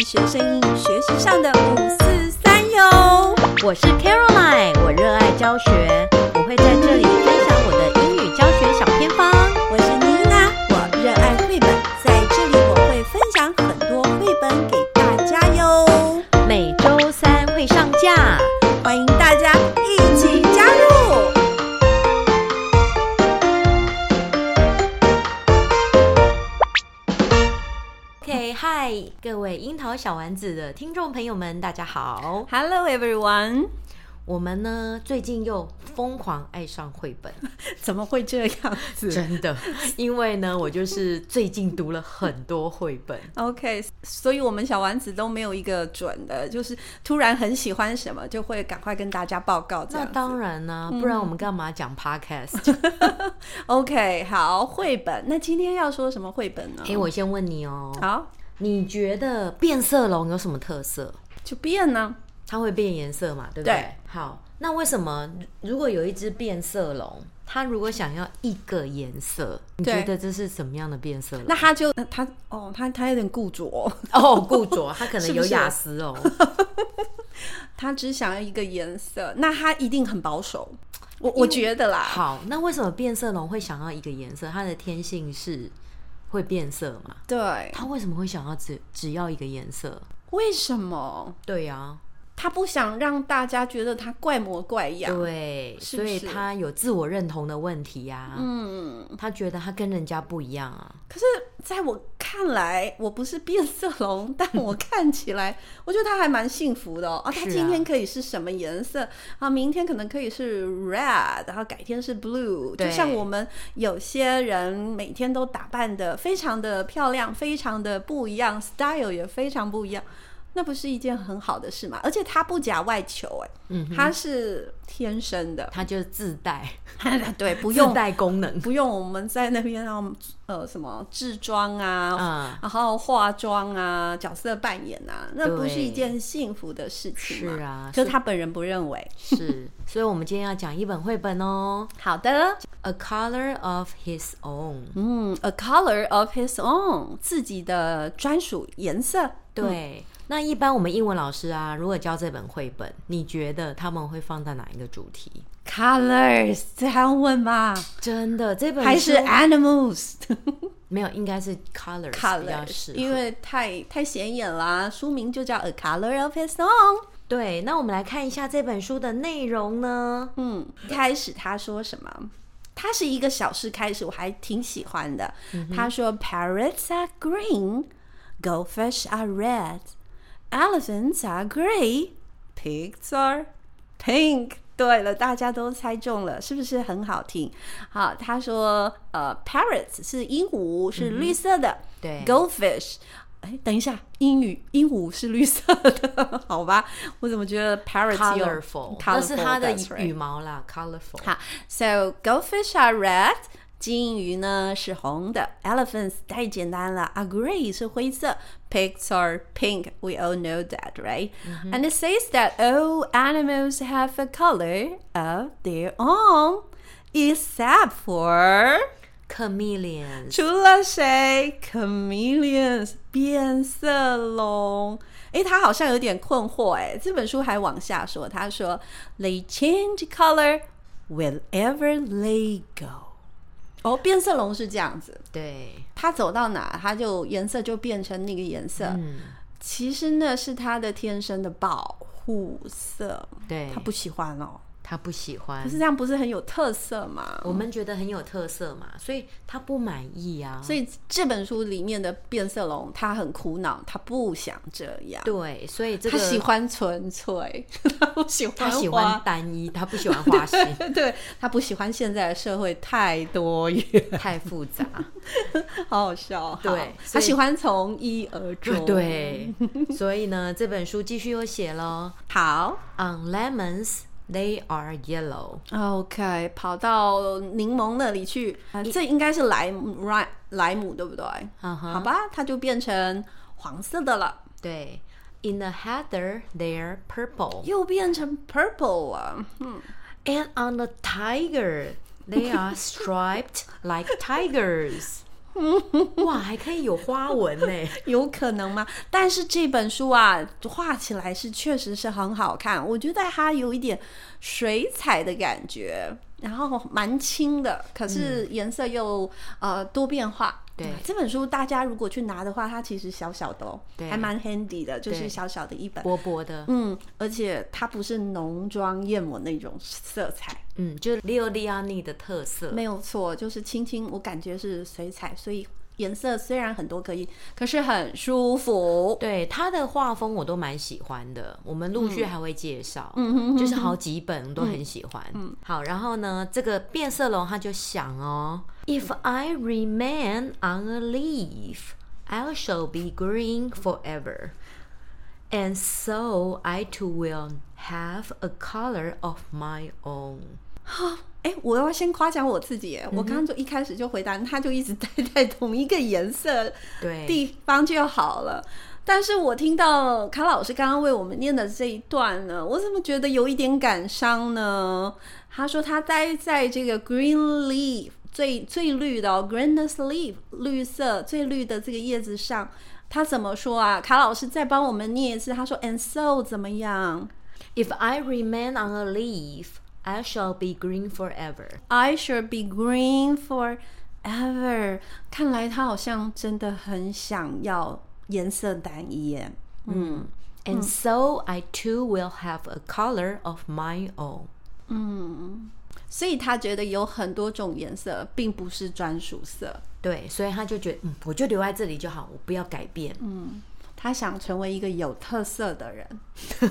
医学生英语学习上的五四三哟。我是 Caroline，我热爱教学，我会在这里分享我的英语教学小偏方。我是妮娜，我热爱绘本，在这里我会分享很多绘本给大家哟，每周三会上架。欢迎大家一起加入。 OK，嗨，各位樱桃小丸子的听众朋友们，大家好。 Hello everyone，我们呢最近又疯狂爱上绘本，怎么会这样子真的，因为呢我就是最近读了很多绘本。 ？OK，所以我们小丸子都没有一个准的，就是突然很喜欢什么，就会赶快跟大家报告这那样。当然啦、不然我们干嘛讲 podcast？ OK，好，绘本。那今天要说什么绘本呢？哎、我先问你哦，好，你觉得变色龙有什么特色？就变呢、它会变颜色嘛，对不对？对好，那为什么如果有一只变色龙，它如果想要一个颜色，你对觉得这是什么样的变色龙那？他就那他哦，他他有点固着哦、 哦，固着，它可是不能有是雅思哦。他只想要一个颜色，那他一定很保守。我我觉得啦，好，那为什么变色龙会想要一个颜色？它的天性是会变色嘛？对，它为什么会想要只只要一个颜色？为什么对啊，他不想让大家觉得他怪模怪样？对，是不所以是它有自我认同的问题呀、啊。嗯，它觉得它跟人家不一样啊。可是在我看来，我不是变色龙， 但我看起来，我觉得他还蛮幸福的哦。啊，他是啊今天可以是什么颜色啊？明天可能可以是 red，然后改天是 blue。对就像我们有些人每天都打扮的非常的漂亮，非常的不一样，style 也非常不一样。那不是一件很好的事吗？而且他不假外求、哎，嗯哼，他是天生的，它就自带， 对，不不用自带功能。不用我们在那边要呃什么制装啊，嗯然后化妆啊，角色扮演啊，那不对是一件幸福的事情吗？是啊可是是他本人不认为。 是，所以我们今天要讲一本绘本哦，好的， 《A Color of His Own》。嗯，a color of his own，自己的专属颜色。对，那一般我们英文老师啊，如果教这本绘本，你觉得他们会放在哪一个主题？ Colors，这还要问吗？真的，这本还是书 animals 啊没有，应该是 colors 比较 colors？适因合为太太显眼啦，书名就叫 A Color of His Own。对。那我们来看一下这本书的内容呢。嗯，一开始他说什么？他是一个小事开始，我还挺喜欢的。嗯他说：“Parrots are green, goldfish are red, elephants are grey, pigs are pink。”对了，大家都猜中了，是不是很好听？好，他说：“呃，parrots 是鹦鹉，是绿色的。嗯对 goldfish。”哎，等一下，英语鹦鹉是绿色的， 好吧？我怎么觉得 parrots 有，colorful，那是它的 that's right 羽毛啦，colorful。好，So goldfish are red，金鱼呢是红的，elephants 太简单了，are grey 是灰色，pigs are pink。We all know that, right? And it says that all animals have a color of their own, except for Chameleons，除了谁？Chameleons 变色龙。诶，他好像有点困惑。诶，这本书还往下说，他说：“They change color wherever they go。”哦，变色龙是这样子，对，它走到哪，它就颜色就变成那个颜色。其实那是它的天生的保护色，对，它不喜欢哦。它不喜欢可。是这样不是很有特色吗？我们觉得很有特色嘛，所以他不满意啊。所以这本书里面的变色龙，他很苦恼，他不想这样，对，所以这他个喜欢纯粹， 他不喜欢他喜花欢，单一，他不喜欢花 心， 对他不喜欢现在的社会太多元， 太复杂。好好笑。好对他所以喜欢从一而终。， 对，所以呢，这本书继续又写了好，On lemons they are yellow。 ，OK，跑到柠檬那里去，啊这应该是莱姆莱莱姆对不对？嗯好哼，吧，它就变成黄色的了，对，In the heather they're purple, 又变成 purple 啊。嗯， and on the tiger they are striped like tigers。哇，还可以有花纹呢。有可能吗？ 但是这本书啊，画起来是确实是很好看，我觉得它有一点水彩的感觉，然后蛮轻的，可是颜色又、呃多变化。嗯对这本书大家如果去拿的话，它其实小小的哦，对还蛮 handy 的，就是对小小的一本。 薄薄的，嗯，而且它不是浓妆艳抹那种色彩，嗯，就是利奥利亚尼的特色。没有错，就是轻轻，我感觉是水彩，所以颜色虽然很多可以，可是很舒服。对他的画风我都蛮喜欢的，我们陆续还会介绍，嗯就是好几本我都很喜欢。好，然后呢，这个变色龙他就想哦，If I remain on a leaf, I shall be green forever, and so I too will have a color of my own。哎，我要先夸奖我自己耶。我刚刚就一开始就回答， 他就一直待在同一个颜色对，地方就好了。但是我听到卡老师刚刚为我们念的这一段呢，我怎么觉得有一点感伤呢？他说他待在这个 green leaf 最最绿的、哦、greenest leaf 绿色最绿的这个叶子上，他怎么说啊？卡老师再帮我们念一次，他说 and so 怎么样 If I remain on a leaf, I shall be green forever。 ？I should be green forever。看来他好像真的很想要颜色单一耶。嗯 And so I too will have a color of my own。嗯所以他觉得有很多种颜色，并不是专属色。对，所以他就觉得，嗯，我就留在这里就好，我不要改变。嗯他想成为一个有特色的人，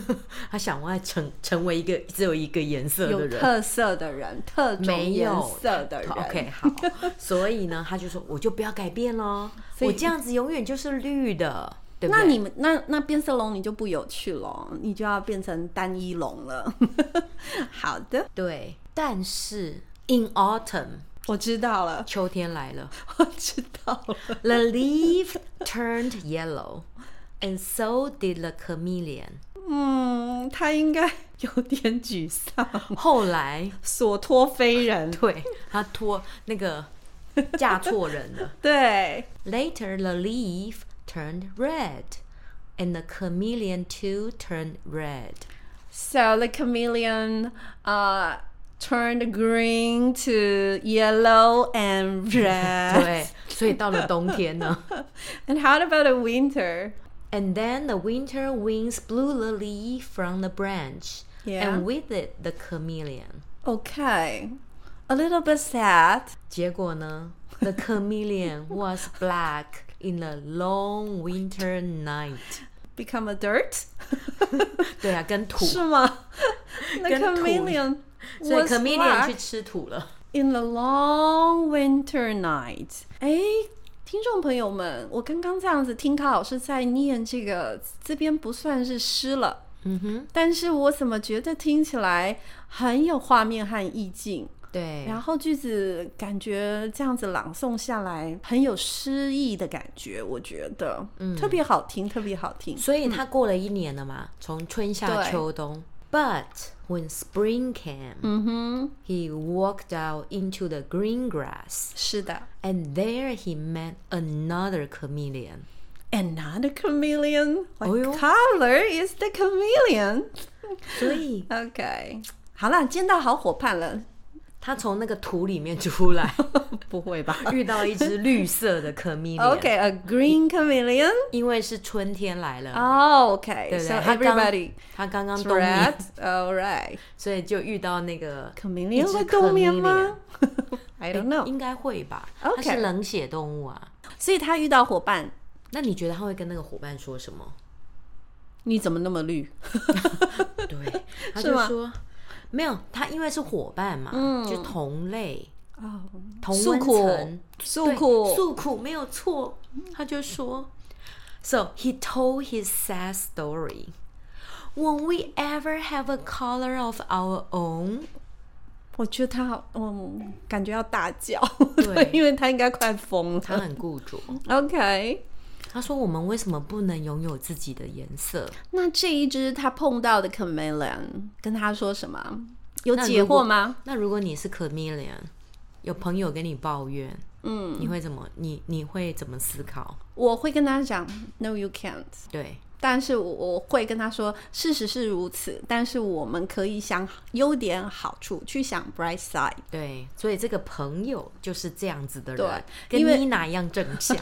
他想我要成成为一个只有一个颜色的有人，特色的人，特种没颜有色的人。 OK，好。所以呢，他就说，我就不要改变咯，以我这样子永远就是绿的，对不那对？你们那那变色龙你就不有趣了，你就要变成单一龙了。 好的，对，但是 in autumn，我知道了， 秋天来了。我知道了。 The leaf turned yellow, and so did the chameleon. 嗯，他应该有点沮丧， 后来，所托非人。 对他拖那个嫁错人了。对， Later, the leaf turned red, and the chameleon too turned red. So the chameleon uh, turned green to yellow and red. 对，所以到了冬天呢。 and how about the winter? And then the winter winds blew the leaf from the branch, Yeah. and with it the chameleon. Okay. A little bit sad. 结果呢，the chameleon was black in a long winter night. Become a dirt? 对啊，跟 土，所是吗？The 跟土。 chameleon 以 was chameleon 去 black 吃土了。 in the long winter night. 哎。听众朋友们，我刚刚这样子听卡老师在念这个，这边不算是诗了，嗯哼，但是我怎么觉得听起来很有画面和意境？对，然后句子感觉这样子朗诵下来很有诗意的感觉，我觉得，嗯，特别好听，特别好听。所以它过了一年了嘛，从春夏嗯对秋冬。But when spring came, 嗯哼， he walked out into the green grass, 是的。 and there he met another chameleon. And not a chameleon. What 哦哟 color is the chameleon? 所以 OK，好啦，见到好伙伴 了，他从那个土里面 出来，不会吧遇到一只绿色的 chameleon。 ？OK，a green chameleon. 因为是春天来了， Oh, OK. 对不 So 对？他刚 everybody 他刚刚冬 red. 眠， All right. 所以就遇到那个 Chameleon 一只会冬眠吗 I don't know. 应该会吧？ OK 它是冷血动物啊。哎所以他遇到伙伴，那你觉得他会跟那个伙伴说什么？你怎么那么绿？ 对，他是就吗说嗯没有，他因为是伙伴嘛，就同类、哦，同诉温苦层、诉苦对诉苦没有错。他就说，So he told his sad story. Won't we ever have a color of our own？我觉得他好，嗯，感觉要大叫，对 因为他应该快疯了。他很固 着。 OK，他说：“我们为什么不能拥有自己的颜色？那这一只他碰到的 chameleon 跟他说什么？有那解如果惑吗？那如果你是 chameleon，有朋友跟你抱怨，嗯，你会怎么你你会怎么思考？我会跟他讲 “No, you can't”，对，但是我我会跟他说，事实是如此，但是我们可以想优点、好处，去想 bright side。对，所以这个朋友就是这样子的人，对跟因为妮娜一样正向。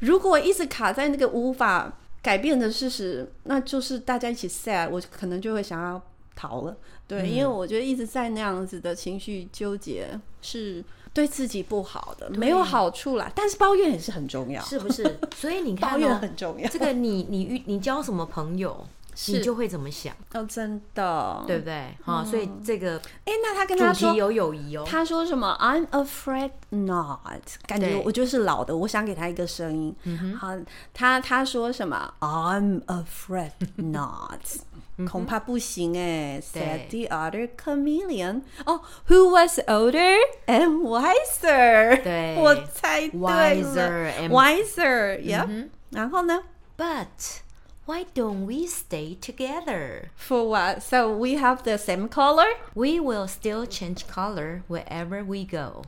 如果一直卡在那个无法改变的事实，那就是大家一起 sad，我可能就会想要逃了。对，嗯因为我觉得一直在那样子的情绪纠结是对自己不好的，没有好处啦。但是抱怨也 是很重要，是不是？所以你抱看怨哦，很重要。这个你你遇你交什么朋友，你就会怎么想，哦，真的。对不对？哈、所以这个哎，嗯那他跟主他题说。有友谊哦。他说什么？I'm afraid not，感觉对我就是老的，我想给他一个声音。嗯、好，他他说什么？I'm afraid not，、恐怕不行哎、Said 对 the other chameleon，哦、w h o was older and wiser？对我猜对了 Wiser and- wiser，yeah、然后呢 But why don't we stay together? ？For what？So we have the same color？ We will still change color wherever we go,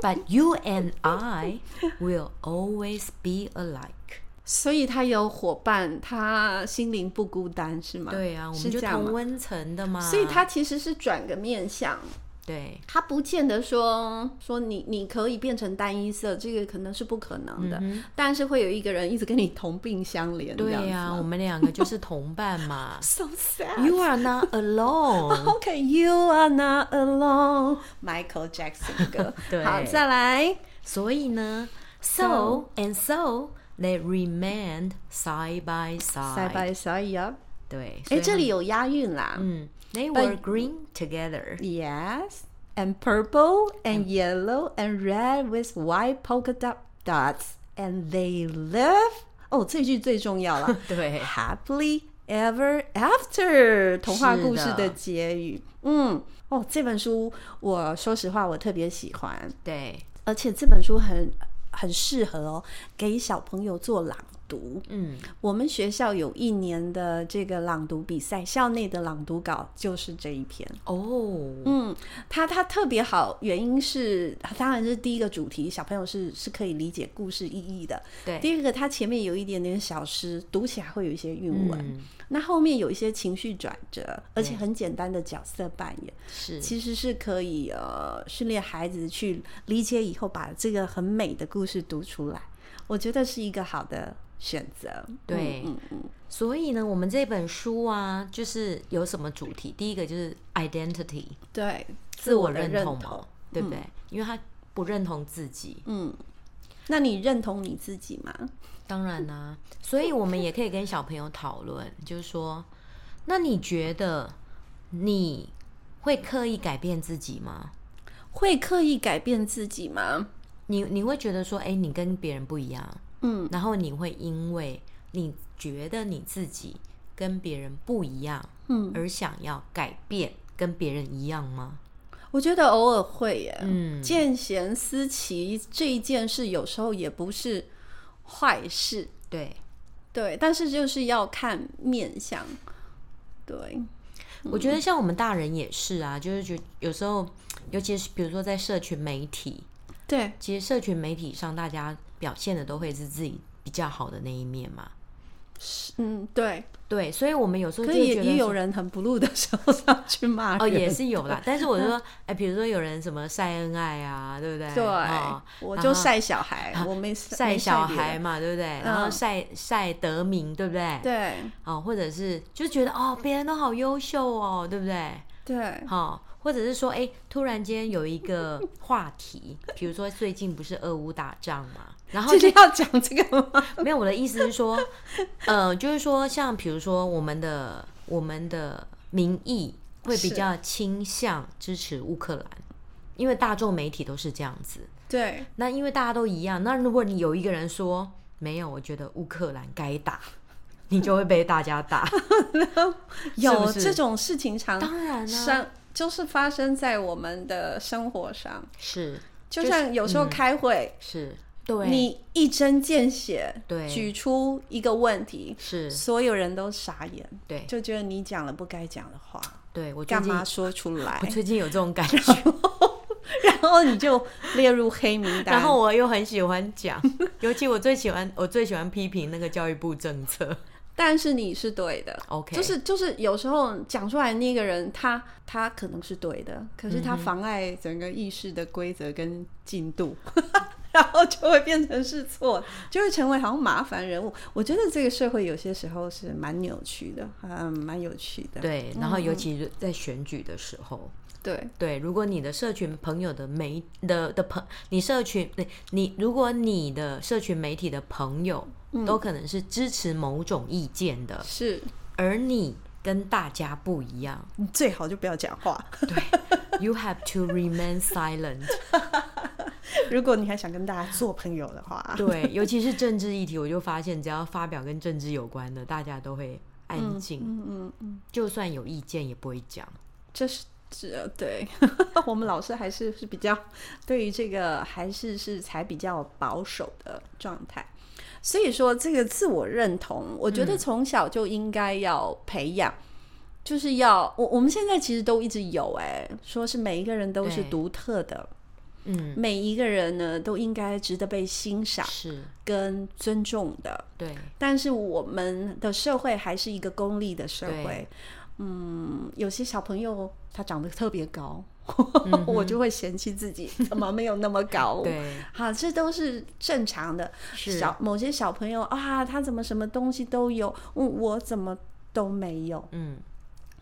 but you and I will always be alike. 所以他有伙伴，他心灵不孤单是吗？对啊，我是们就这样吗同温层的嘛。所以他其实是转个面向，对他不见得说说你你可以变成单一色，这个可能是不可能的。但是会有一个人一直跟你同病相怜，嗯对呀、呀、。我们两个就是同伴嘛 So sad. 啊 You are not alone.。Okay, you are not alone. Michael Jackson 的歌 对好，再来。 所以呢，so and so they remained side by side. Side by side, yeah. 对，所哎，以这里有押韵啦。嗯，they were green together.。Yes, and purple and yellow and red with white polka dot dots, and they live. 哦，这句最重要了 对，Happily ever after，童话故事的结语。嗯，哦，这本书我说实话我特别喜欢，对，而且这本书很很适合哦给小朋友做朗读。嗯，我们学校有一年的这个朗读比赛，校内的朗读稿就是这一篇。哦，嗯，它它特别好，原因是当然是第一个主题，小朋友是是可以理解故事意义的。对第二个它前面有一点点小诗，读起来会有一些韵文，嗯那后面有一些情绪转折，而且很简单的角色扮演，是，其实是可以呃训练孩子去理解以后，把这个很美的故事读出来，我觉得是一个好的选择。对嗯嗯所以呢，我们这本书啊，就是有什么主题？第一个就是 identity，嗯对，自我的认认同嘛，对不对？因为他不认同自己，嗯，那你认同你自己吗？当然啦、所以我们也可以跟小朋友讨论，就是说，那你觉得你会刻意改变自己吗？会刻意改变自己吗？你你会觉得说，哎、你跟别人不一样，嗯，然后你会因为你觉得你自己跟别人不一样，嗯，而想要改变跟别人一样吗？我觉得偶尔会耶。嗯见贤思齐这一件事，有时候也不是坏事，对，对，但是就是要看面相，对，我觉得像我们大人也是啊，就是觉有时候，尤其是比如说在社群媒体，对，其实社群媒体上大家表现的都会是自己比较好的那一面嘛。嗯，对。对，所以我们有时候可就以会觉也得也说有人很 blue 的时候上去骂人，哦，也是有啦。但是 我就说，哎，比如说有人什么晒恩爱啊，对不对？对哦，我然就后啊晒小孩，我没晒晒小别人嗯孩，嘛，对不对？然后晒晒得名，对不对？对哦，或者是就觉得哦，别人都好优秀哦，对不对？对，好、或者是说，哎，突然间有一个话题，比如说最近不是俄乌打仗嘛，然后就就是要讲这个吗？ 没有我的意思是说，呃，就是说像比如说我们的我们的民意会比是较倾向支持乌克兰，因为大众媒体都是这样子。对，那因为大家都一样，那如果你有一个人说没有，我觉得乌克兰该打，你就会被大家打。有是这种事情常当然啦、生就是发生在我们的生活上，是就像有时候开会，是，对，你一针见血，对举出一个问题，是所有人都傻眼，对就觉得你讲了不该讲的话，对，我最干近嘛说出来我？最近有这种感觉， 然后你就列入黑名单。然后我又很喜欢讲，尤其我最喜欢我最喜欢批评那个教育部政策。但是你是对的 OK 就是就是有时候讲出来那个人他他可能是对的，可是他妨碍整个议事的规则跟进度， 然后就会变成是错的，就会成为好像麻烦人物。我觉得这个社会有些时候是蛮扭曲的，嗯，蛮有趣的。对，然后嗯尤其是在选举的时候，对对，如果你的社群朋友的媒的的朋，你社群你你，如果你的社群媒体的朋友嗯都可能是支持某种意见的，是而你跟大家不一样你最好就不要讲话。 ，you have to remain silent。如果你还想跟大家做朋友的话，对，尤其是政治议题，我就发现只要发表跟政治有关的，大家都会安静，嗯嗯嗯，就算有意见也不会讲。这是这对， 我们老师还是是比较对于这个还是是才比较保守的状态。所以说，这个自我认同，我嗯觉得从小就应该要培养，就是要我我们现在其实都一直有哎、说是每一个人都是对独特的，嗯，每一个人呢都应该值得被欣赏是，跟尊重的。对，但是我们的社会还是一个功利的社会对。嗯，有些小朋友他长得特别高， 我就会嫌弃自己怎么没有那么高。嗯 对，好，这都是正常的。是小某些小朋友啊，他怎么什么东西都有，嗯我怎么都没有？嗯，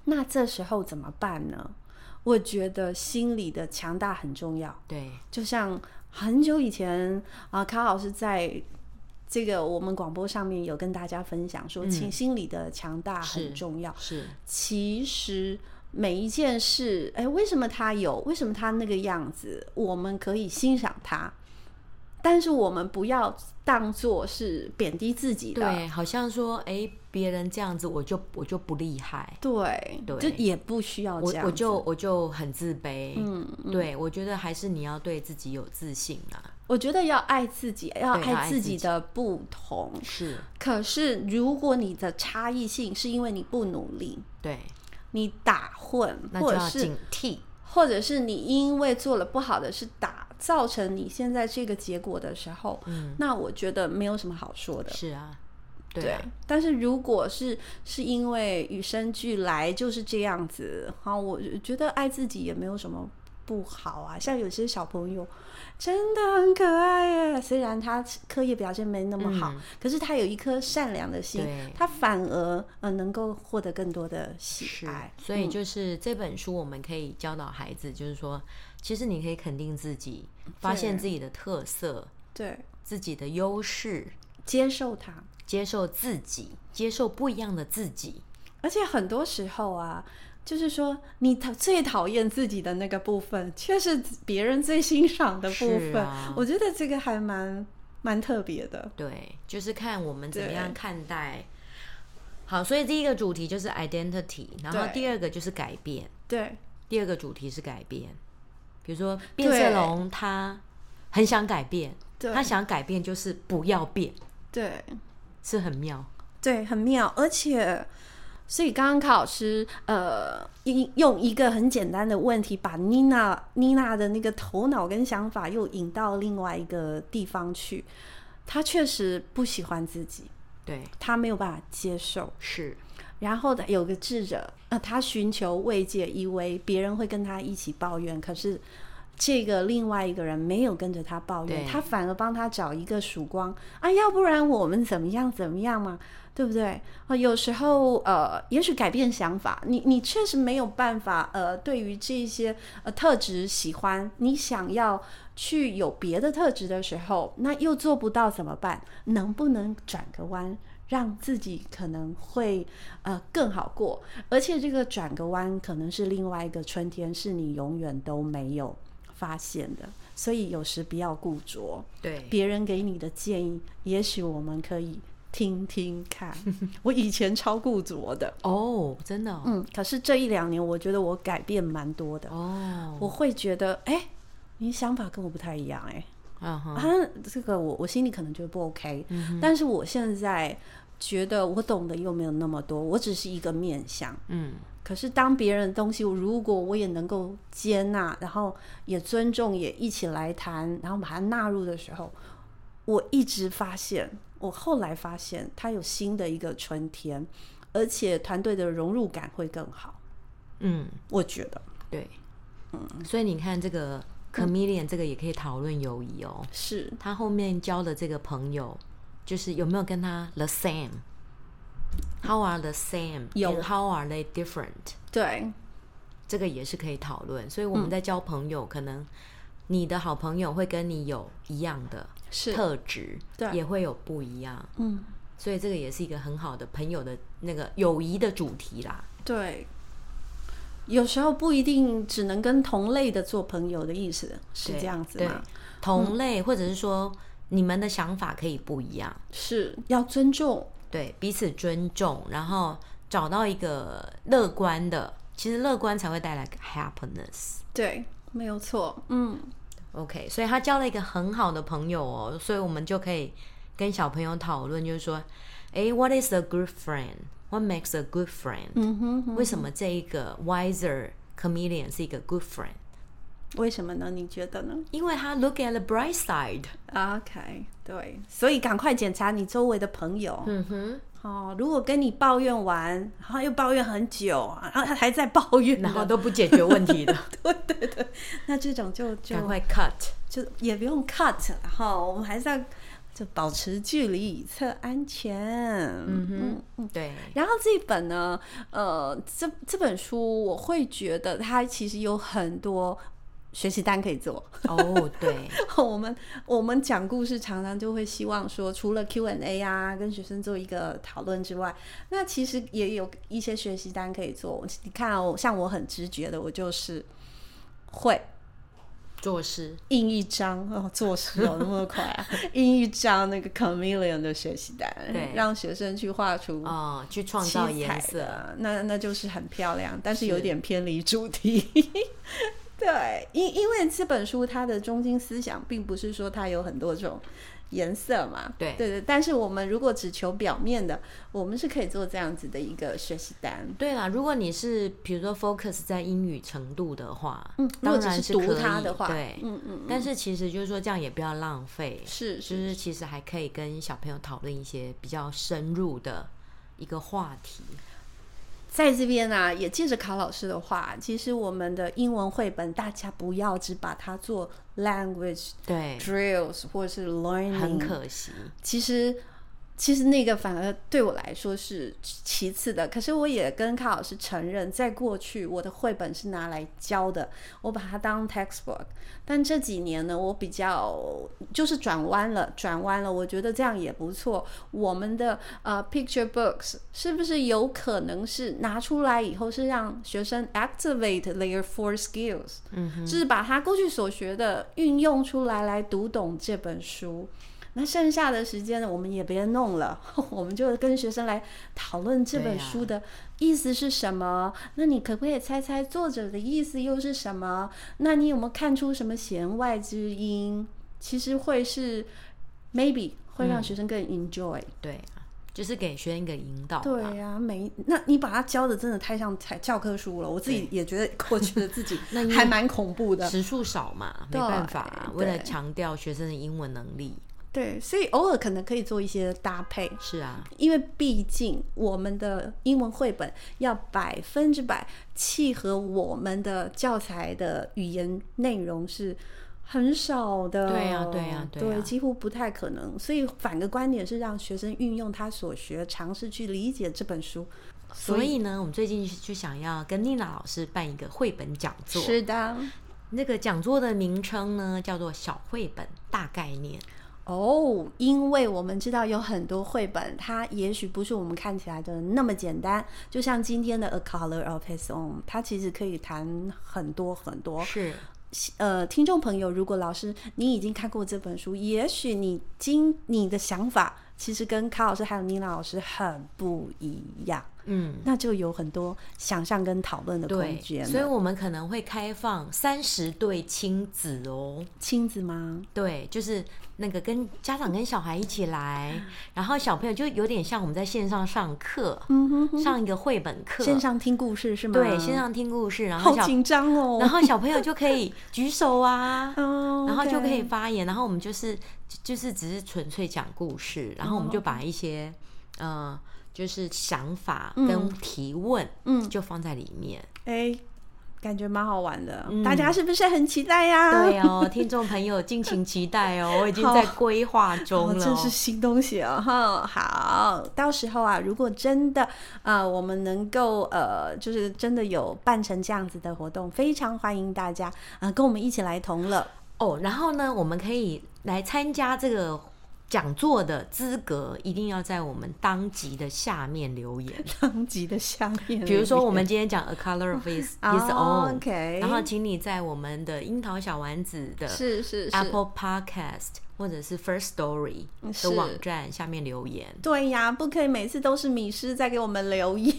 那这时候怎么办呢？我觉得心理的强大很重要。对，就像很久以前啊，卡老师在这个我们广播上面有跟大家分享说，情心理的强大很重要。嗯是，其实每一件事，哎，为什么他有？为什么他那个样子？我们可以欣赏他，但是我们不要当做是贬低自己的。对，好像说，哎，别人这样子，我就我就不厉害，对，对就也不需要我这样我子就我就很自卑。嗯，嗯对，我觉得还是你要对自己有自信啊。我觉得要爱自己，要对要爱爱自自己己的不同。是，可是，如果你的差异性是因为你不努力，对，你打混，那或就者要是警惕。或者是你因为做了不好的事打，造成你现在这个结果的时候，嗯，那我觉得没有什么好说的。是啊，对啊，但是如果是是因为与生俱来就是这样子，好，我觉得爱自己也没有什么不好啊。像有些小朋友真的很可爱耶，虽然他课业表现没那么好，嗯可是他有一颗善良的心对，他反而呃能够获得更多的喜是爱。所以就是这本书，我们可以教导孩子，就是说，其实你可以肯定自己，发现自己的特色、嗯对，自己的优势，接受他。接受自己，接受不一样的自己。而且很多时候啊，就是说你讨最讨厌自己的那个部分，却是别人最欣赏的部是分。啊我觉得这个还蛮蛮特别的。对，就是看我们怎么对样看待。好，所以第一个主题就是 identity，然后对第二个就是改变，对第二个主题是改变。比如说变色龙，他很想改变，对他想改变就是不要变，对是很妙。对，很妙。而且，所以刚刚卡老师呃，一用一个很简单的问题，把妮娜妮娜的那个头脑跟想法又引到另外一个地方去。她确实不喜欢自己，对，她没有办法接受。是，然后的有个智者，呃，他寻求慰藉，以为别人会跟他一起抱怨，可是这个另外一个人没有跟着他抱怨，对他反而帮他找一个曙光啊，要不然我们怎么样怎么样嘛，对不对？啊，有时候呃，也许改变想法，你你确实没有办法呃，对于这些呃特质喜欢，你想要去有别的特质的时候，那又做不到怎么办？能不能转个弯？让自己可能会呃更好过，而且这个转个弯可能是另外一个春天，是你永远都没有发现的。所以有时不要固着，对，别人给你的建议，也许我们可以听听看。我以前超固着的，哦，真的哦，嗯，可是这一两年，我觉得我改变蛮多的。哦，我会觉得，哎、你想法跟我不太一样、哎。嗯哼，嗯啊，这个我我心里可能觉得不 OK，、但是我现在觉得我懂得又没有那么多，我只是一个面相。嗯，可是当别人的东西，如果我也能够接纳，然后也尊重，也一起来谈，然后把它纳入的时候，我一直发现，我后来发现它有新的一个春天，而且团队的融入感会更好。嗯，我觉得对，嗯所以你看这个 chameleon 这个也可以讨论友谊哦。是他后面交的这个朋友，就是有没有跟他 the same？How are the same？有 and How are they different？对，这个也是可以讨论。所以我们在交朋友，可能你的好朋友会跟你有一样的是特质，对也会有不一样。嗯，所以这个也是一个很好的朋友的那个友谊的主题啦。对。有时候不一定只能跟同类的做朋友的意思是对这样子对吗？同类，或者是说你们的想法可以不一样，是要尊重，对彼此尊重，然后找到一个乐观的，其实乐观才会带来 happiness。对，没有错，嗯， OK，所以他交了一个很好的朋友哦，所以我们就可以跟小朋友讨论，就是说，诶 w h a t is a good friend？What makes a good friend？、嗯哼哼为什么这一个 wiser comedian 是一个 good friend？为什么呢？你觉得呢因为他 look at the bright side。 ？OK，对，所以赶快检查你周围的朋友、嗯哼，哦。如果跟你抱怨完，然后又抱怨很久，然后他还在抱怨，然后都不解决问题 的，对对对，那这种就就赶快 cut。就也不用 cut，然后我们还是要就保持距离以测安全。嗯嗯哼，对，然后这一本呢，呃，这这本书我会觉得它其实有很多学习单可以做。 哦，对，我们我们讲故事常常就会希望说，除了 Q&A 啊，跟学生做一个讨论之外，那其实也有一些学习单可以做。你看哦，像我很直觉的，我就是会做事，印一张哦，做事哦那么快啊， 印一张那个 Chameleon 的学习单，对让学生去画出。哦，去创七造彩颜色，的，那那就是很漂亮，但是是有点偏离主题。 对，因因为这本书它的中心思想并不是说它有很多种颜色嘛，对对对。但是我们如果只求表面的，我们是可以做这样子的一个学习单。对啦，如果你是比如说 focus 在英语程度的话，嗯，如果当只然是可读以它的话，对。嗯嗯，但是其实就是说，这样也不要浪费，是就是是其实还可以跟小朋友讨论一些比较深入的一个话题。在这边啊，也借着卡老师的话，其实我们的英文绘本大家不要只把它做 language 对， drills 或是 learning，很可惜。其实其实那个反而对我来说是其次的。可是我也跟卡老师承认，在过去我的绘本是拿来教的，我把它当 textbook。但这几年呢，我比较就是转弯了，转弯了。我觉得这样也不错。我们的呃 picture books 是不是有可能是拿出来以后是让学生 activate their four skills？嗯哼，就是把他过去所学的运用出来，来读懂这本书。那剩下的时间呢，我们也别弄了， 我们就跟学生来讨论这对本呀书的意思是什么。那你可不可以猜猜作者的意思又是什么？那你有没有看出什么弦外之音？其实会是 maybe 会让学生更 enjoy。对啊，就是给学生一个引导吧。对呀、每那你把它教的真的太像才教科书了，我自己也觉得过去的自 己那因为还蛮恐怖的。时数少嘛，没对办法啊、为了对强调学生的英文能力，对，所以偶尔可能可以做一些搭配，是啊，因为毕竟我们的英文绘本要百分之百契合我们的教材的语言内容是。很少的，对呀对呀对对啊呀几乎不太可能。所以反个观点是让学生运用他所学，尝试去理解这本书。所以呢，我们最近就想要跟妮娜老师办一个绘本讲座。是的，那个讲座的名称呢，叫做“小绘本大概念哦，因为我们知道有很多绘本，它也许不是我们看起来的那么简单。就像今天的《A Color of His Own》，它其实可以谈很多很”，多。是呃，听众朋友，如果老师你已经看过这本书，也许你今你的想法其实跟卡老师还有妮娜老师很不一样。嗯，那就有很多想象跟讨论的空对，间所以了。我们可能会开放三十对亲子哦。亲子吗？对，就是那个跟家长跟小孩一起来，啊然后小朋友就有点像我们在线上上课，嗯哼，上一个绘本课，线上听故事是吗？对线上听故事，然后好小紧张哦。，然后小朋友就可以举手啊 哦，然后就可以 OK 发言，然后我们就是就是只是纯粹讲故事，然后我们就哦把一些呃就是想法嗯跟提问，嗯，就放在里面。哎，感觉蛮好玩的。大家是不是很期待呀？嗯对哦，听众朋友敬请期待哦，我已经在规划中哦，了这哦。是新东西哦，哈，好，到时候啊，如果真的啊、呃我们能够呃，就是真的有办成这样子的活动，非常欢迎大家啊、呃跟我们一起来同 乐。哦，然后呢，我们可以来参加这个。讲座的资格一定要在我们当集的下面留言，当集的下面，比如说我们今天讲 A Color of His His Own，、哦啊，OK，然后请你在我们的樱桃小丸子的是是是嗯 Apple Podcast 或者是 First Story 是。的网站下面留言 对呀，不可以每次都是米师在给我们留言。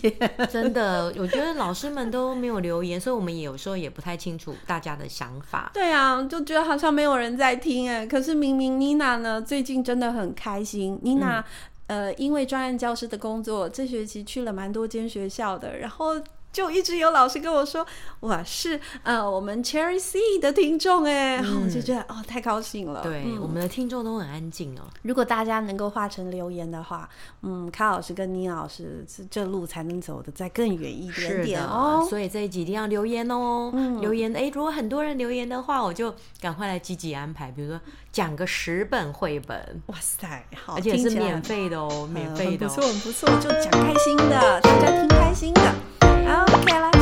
真的，我觉得老师们都没有留言，所以我们也有时候也不太清楚大家的想法。对啊，就觉得好像没有人在听哎。可是明明妮娜呢，最近真的很开心。妮娜、呃，因为专案教师的工作，这学期去了蛮多间学校的，然后。就一直有老师跟我说我是呃我们 Cherry C 的听众哎，然后我就觉得哦太高兴了。对，嗯我们的听众都很安静哦。如果大家能够化成留言的话，嗯，卡老师跟妮老师这这路才能走得再更远一点点哦。呃嗯所以这一集一定要留言哦。留言诶，如果很多人留言的话，我就赶快来积极安排，比如说讲个十本绘本，哇塞，好，而且是听起来免费的哦，免费的、嗯很哦不错，很不错，就讲开心的，大家听开心的。OK，来，